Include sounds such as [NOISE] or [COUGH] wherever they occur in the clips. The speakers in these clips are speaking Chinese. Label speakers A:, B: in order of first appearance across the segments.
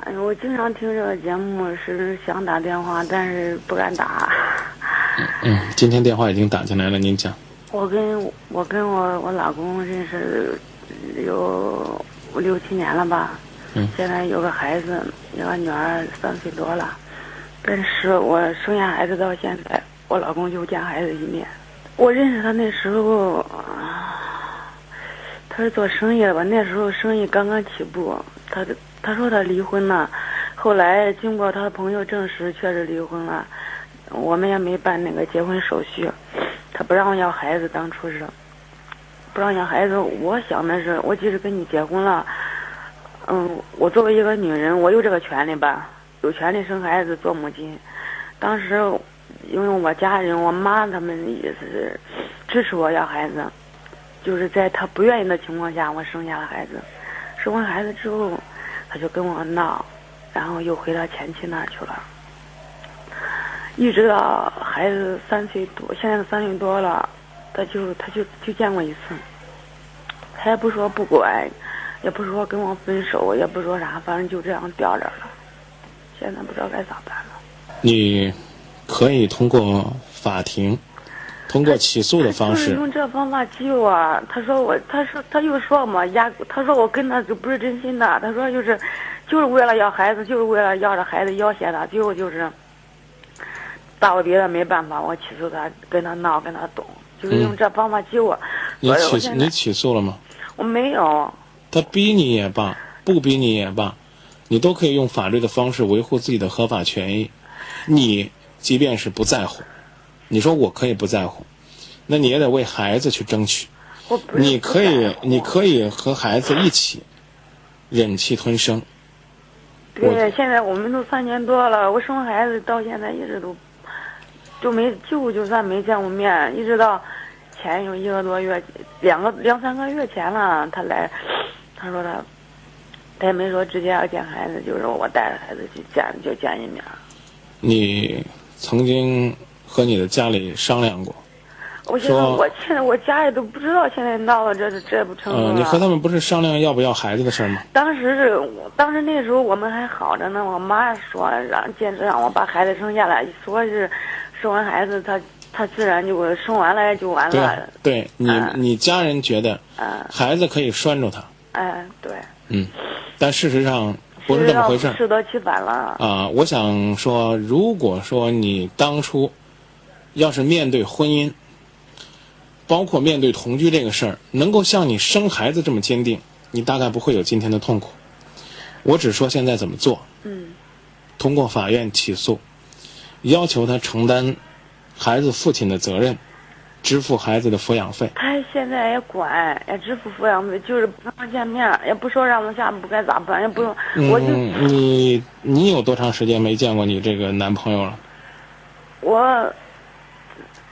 A: 哎呦，我经常听这个节目，是想打电话，但是不敢打。 [LAUGHS]
B: 嗯，今天电话已经打进来了，您讲。
A: 我跟我跟我我老公认识有五六七年了吧，
B: 嗯
A: 现在有个孩子，有个女儿三岁多了，但是我生下孩子到现在，我老公就见孩子一面。我认识他那时候，啊他是做生意的吧？那时候生意刚刚起步，他他说他离婚了，后来经过他朋友证实，确实离婚了。我们也没办那个结婚手续，他不让我要孩子，当初是不让要孩子。我想的是，我即使跟你结婚了，嗯，我作为一个女人，我有这个权利吧，有权利生孩子，做母亲。当时因为我家人，我妈他们也是支持我要孩子，就是在他不愿意的情况下，我生下了孩子。生完孩子之后，他就跟我闹，然后又回到前妻那儿去了。一直到孩子三岁多，现在三岁多了，他就他就就见过一次，他也不说不管，也不说跟我分手，也不说啥，反正就这样吊着了。现在不知道该咋办了。
B: 你可以通过法庭，通过起诉的方
A: 就是
B: 式，
A: 用这方法激我，他说我，他说他又说嘛，压，他说我跟他就不是真心的，他说就是，就是为了要孩子，就是为了要着孩子要挟他，最后就是，打我别的没办法，我起诉他，跟他闹，跟他斗，就是用这方法激我。
B: 你
A: 我哎我
B: 起
A: 现在
B: 你起诉了吗？
A: 我没有，
B: 他逼你也罢，不逼你也罢，你都可以用法律的方式维护自己的合法权益。你即便是不在乎，你说我可以不在乎，那你也得为孩子去争取。
A: 我不是
B: 你可
A: 不在
B: 以，
A: 乎
B: 你可以和孩子一起忍气吞声。
A: 对，现在我们都三年多了，我生孩子到现在一直都就没就就算没见过面，一直到前有一个多月，两个两三个月前了，他来，他说他他也没说直接要见孩子，就是我带着孩子去见就见一面。
B: 你曾经和你的家里商量过，
A: 我现在
B: 说
A: 我现在我家里都不知道现在闹了这这不成功了。
B: 呃，你和他们不是商量要不要孩子的事儿吗？
A: 当时是我，当时那时候我们还好着呢。我妈说让坚持让我把孩子生下来，说是生完孩子他他自然就生完了就完
B: 对啊
A: 了。
B: 对，你
A: 嗯
B: 你家人觉得
A: 嗯，
B: 孩子可以拴住他，
A: 哎，对，
B: 嗯，但事实上不是这么回事儿
A: 适得其反了。
B: 啊、我想说，如果说你当初要是面对婚姻，包括面对同居这个事儿，能够像你生孩子这么坚定，你大概不会有今天的痛苦。我只说现在怎么做，
A: 嗯，
B: 通过法院起诉，要求他承担孩子父亲的责任，支付孩子的抚养费。
A: 他现在也管，也支付抚养费，就是不让见面，也不说让我下不该咋办，也不用，我就
B: 嗯，你你有多长时间没见过你这个男朋友了？
A: 我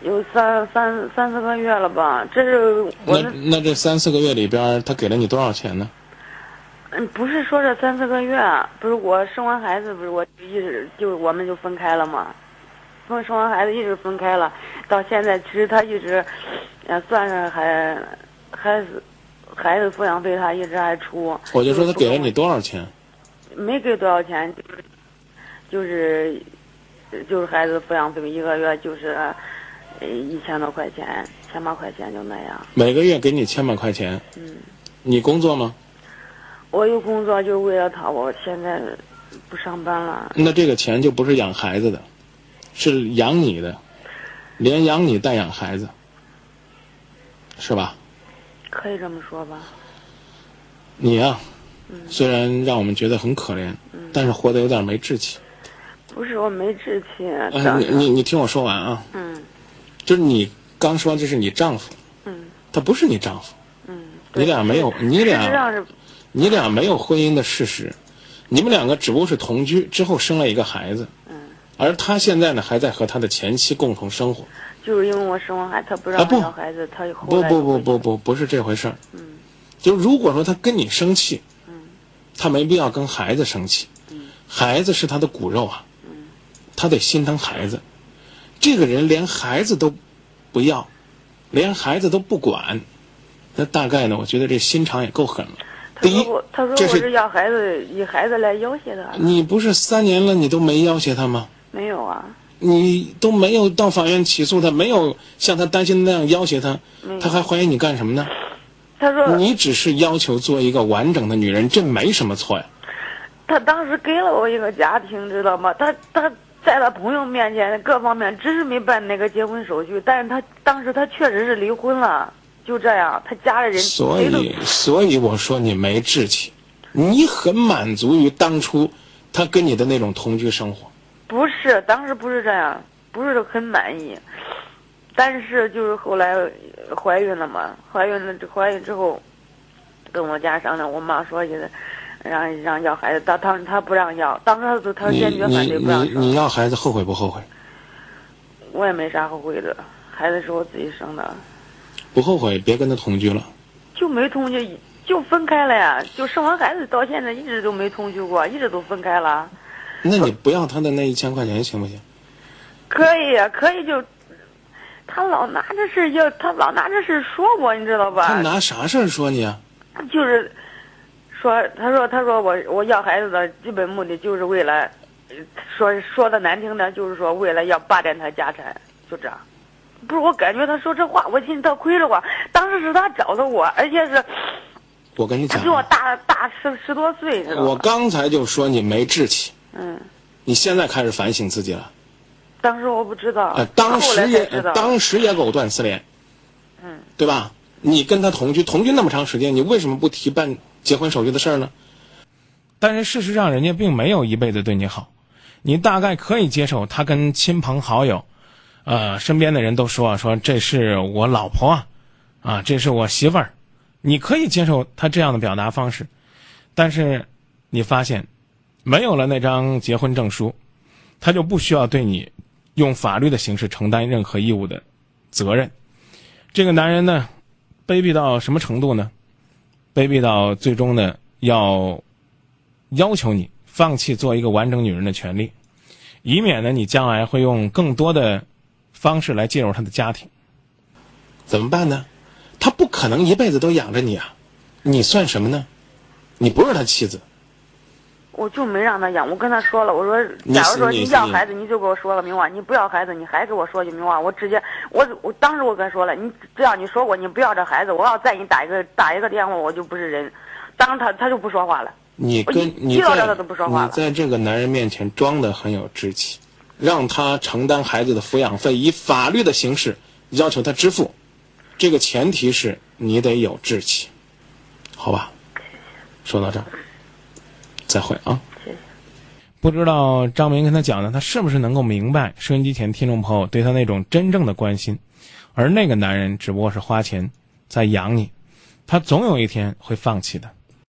A: 有三三三四个月了吧，这是我
B: 那
A: 们
B: 那这三四个月里边儿，他给了你多少钱呢？
A: 嗯，不是说这三四个月，不是我生完孩子，不是我就一直就我们就分开了嘛。从生完孩子一直分开了，到现在其实他一直，呃，算是还孩子孩子抚养费他一直还出。
B: 我就说他
A: 是不
B: 给了
A: 跟
B: 你多少钱？
A: 我没给多少钱，就是就是就是孩子抚养费一个月就是呃一千多块钱，千把块钱就那样。
B: 每个月给你千把块钱。
A: 嗯。
B: 你工作吗？
A: 我有工作就是为了他，我现在不上班了。
B: 那这个钱就不是养孩子的，是养你的，连养你带养孩子，是吧？
A: 可以这么说吧，
B: 你呀、
A: 嗯
B: 虽然让我们觉得很可怜，但是活得有点没志气。
A: 不是我没志气，啊
B: 哎，
A: 当
B: 你
A: 时
B: 你你听我说完啊，
A: 嗯
B: 就是你刚说这是你丈夫，
A: 嗯
B: 他不是你丈夫，
A: 嗯，
B: 你俩没有，你
A: 事实上
B: 俩
A: 是
B: 你俩没有婚姻的事实，你们两个只不过是同居之后生了一个孩子，而他现在呢还在和他的前妻共同生活。
A: 就是因为我生完孩子，他不
B: 啊
A: 让
B: 不
A: 我要孩子，他后
B: 不
A: 来
B: 不不
A: 就
B: 不不，不是这回事儿。嗯，就如果说他跟你生气，嗯，他没必要跟孩子生气。嗯，孩子是他的骨肉啊。嗯，他得心疼孩子。这个人连孩子都不要，连孩子都不管，那大概呢？我觉得这心肠也够狠了。
A: 他
B: 第一
A: 他说我他说
B: 这
A: 我
B: 是
A: 是要孩子，以孩子来要挟他，
B: 你不是三年了，你都没要挟他吗？
A: 没有啊，
B: 你都没有到法院起诉他，没有像他担心的那样要挟他
A: 没有，
B: 他还怀疑你干什么呢？
A: 他说
B: 你只是要求做一个完整的女人，这没什么错呀。
A: 他当时给了我一个家庭，知道吗？他他在他朋友面前各方面真是没办那个结婚手续，但是他当时他确实是离婚了，就这样，他家里人
B: 所
A: 谁都
B: 以，所以我说你没志气，你很满足于当初他跟你的那种同居生活。
A: 不是当时不是这样，不是很满意，但是就是后来呃怀孕了嘛，怀孕了怀孕之后，跟我家商量，我妈说现在让让要孩子，他当时他不让要，当时他就他
B: 你
A: 坚决反
B: 你
A: 对不让
B: 你你
A: 生，
B: 要孩子后悔不后悔？
A: 我也没啥后悔的，孩子是我自己生的。
B: 不后悔，别跟他同居了。
A: 就没同居，就分开了呀。就生完孩子到现在一直都没同居过，一直都分开了。
B: 嗯那你不要他的那一千块钱行不行？
A: 可以呀，可以就，他老拿这事儿要，他老拿这事儿说我，你知道
B: 他
A: 吧？
B: 拿啥事儿说你啊？
A: 就是说，他说他说我我要孩子的基本目的就是为了，呃说说的难听点，就是说为了要霸占他家产，就这样。不是，我感觉他说这话，我心里头亏了我。当时是他找的我，而且是
B: 我跟你
A: 他
B: 讲啊
A: 比，我大大十十多岁，知道
B: 我
A: 吧？
B: 刚才就说你没志气，
A: 嗯。
B: 你现在开始反省自己了。
A: 当时我不知道，
B: 呃，当
A: 啊后来
B: 时
A: 才
B: 也、
A: 知道。
B: 当时也藕断丝连，
A: 嗯，
B: 对吧？你跟他同居，同居那么长时间，你为什么不提办结婚手续的事儿呢？但是事实上，人家并没有一辈子对你好，你大概可以接受他跟亲朋好友，呃，身边的人都说啊说这是我老婆啊，啊，这是我媳妇儿，你可以接受他这样的表达方式，但是你发现，没有了那张结婚证书，他就不需要对你用法律的形式承担任何义务的责任。这个男人呢，卑鄙到什么程度呢？卑鄙到最终呢，要要求你放弃做一个完整女人的权利，以免呢你将来会用更多的方式来介入他的家庭。怎么办呢？他不可能一辈子都养着你啊！你算什么呢？你不是他妻子，
A: 我就没让他养，我跟他说了，我说，
B: 你
A: 假如说
B: 你
A: 你
B: 你
A: 要孩子，你就给我说个明话；你不要孩子，你还给我说句明话。我直接，我我当时我跟他说了，你只要你说我你不要这孩子，我要再给你打一个打一个电话，我就不是人。当时他他就不说话了，
B: 你
A: 我
B: 跟
A: 一
B: 你
A: 一到
B: 在
A: 这他都不说话
B: 你
A: 了
B: 在这个男人面前装的很有志气，让他承担孩子的抚养费，以法律的形式要求他支付，这个前提是你得有志气，好吧？说到这儿，再会啊
A: 谢谢。
B: 不知道张明跟他讲的，他是不是能够明白收音机前听众朋友对他那种真正的关心，而那个男人只不过是花钱在养你，他总有一天会放弃的。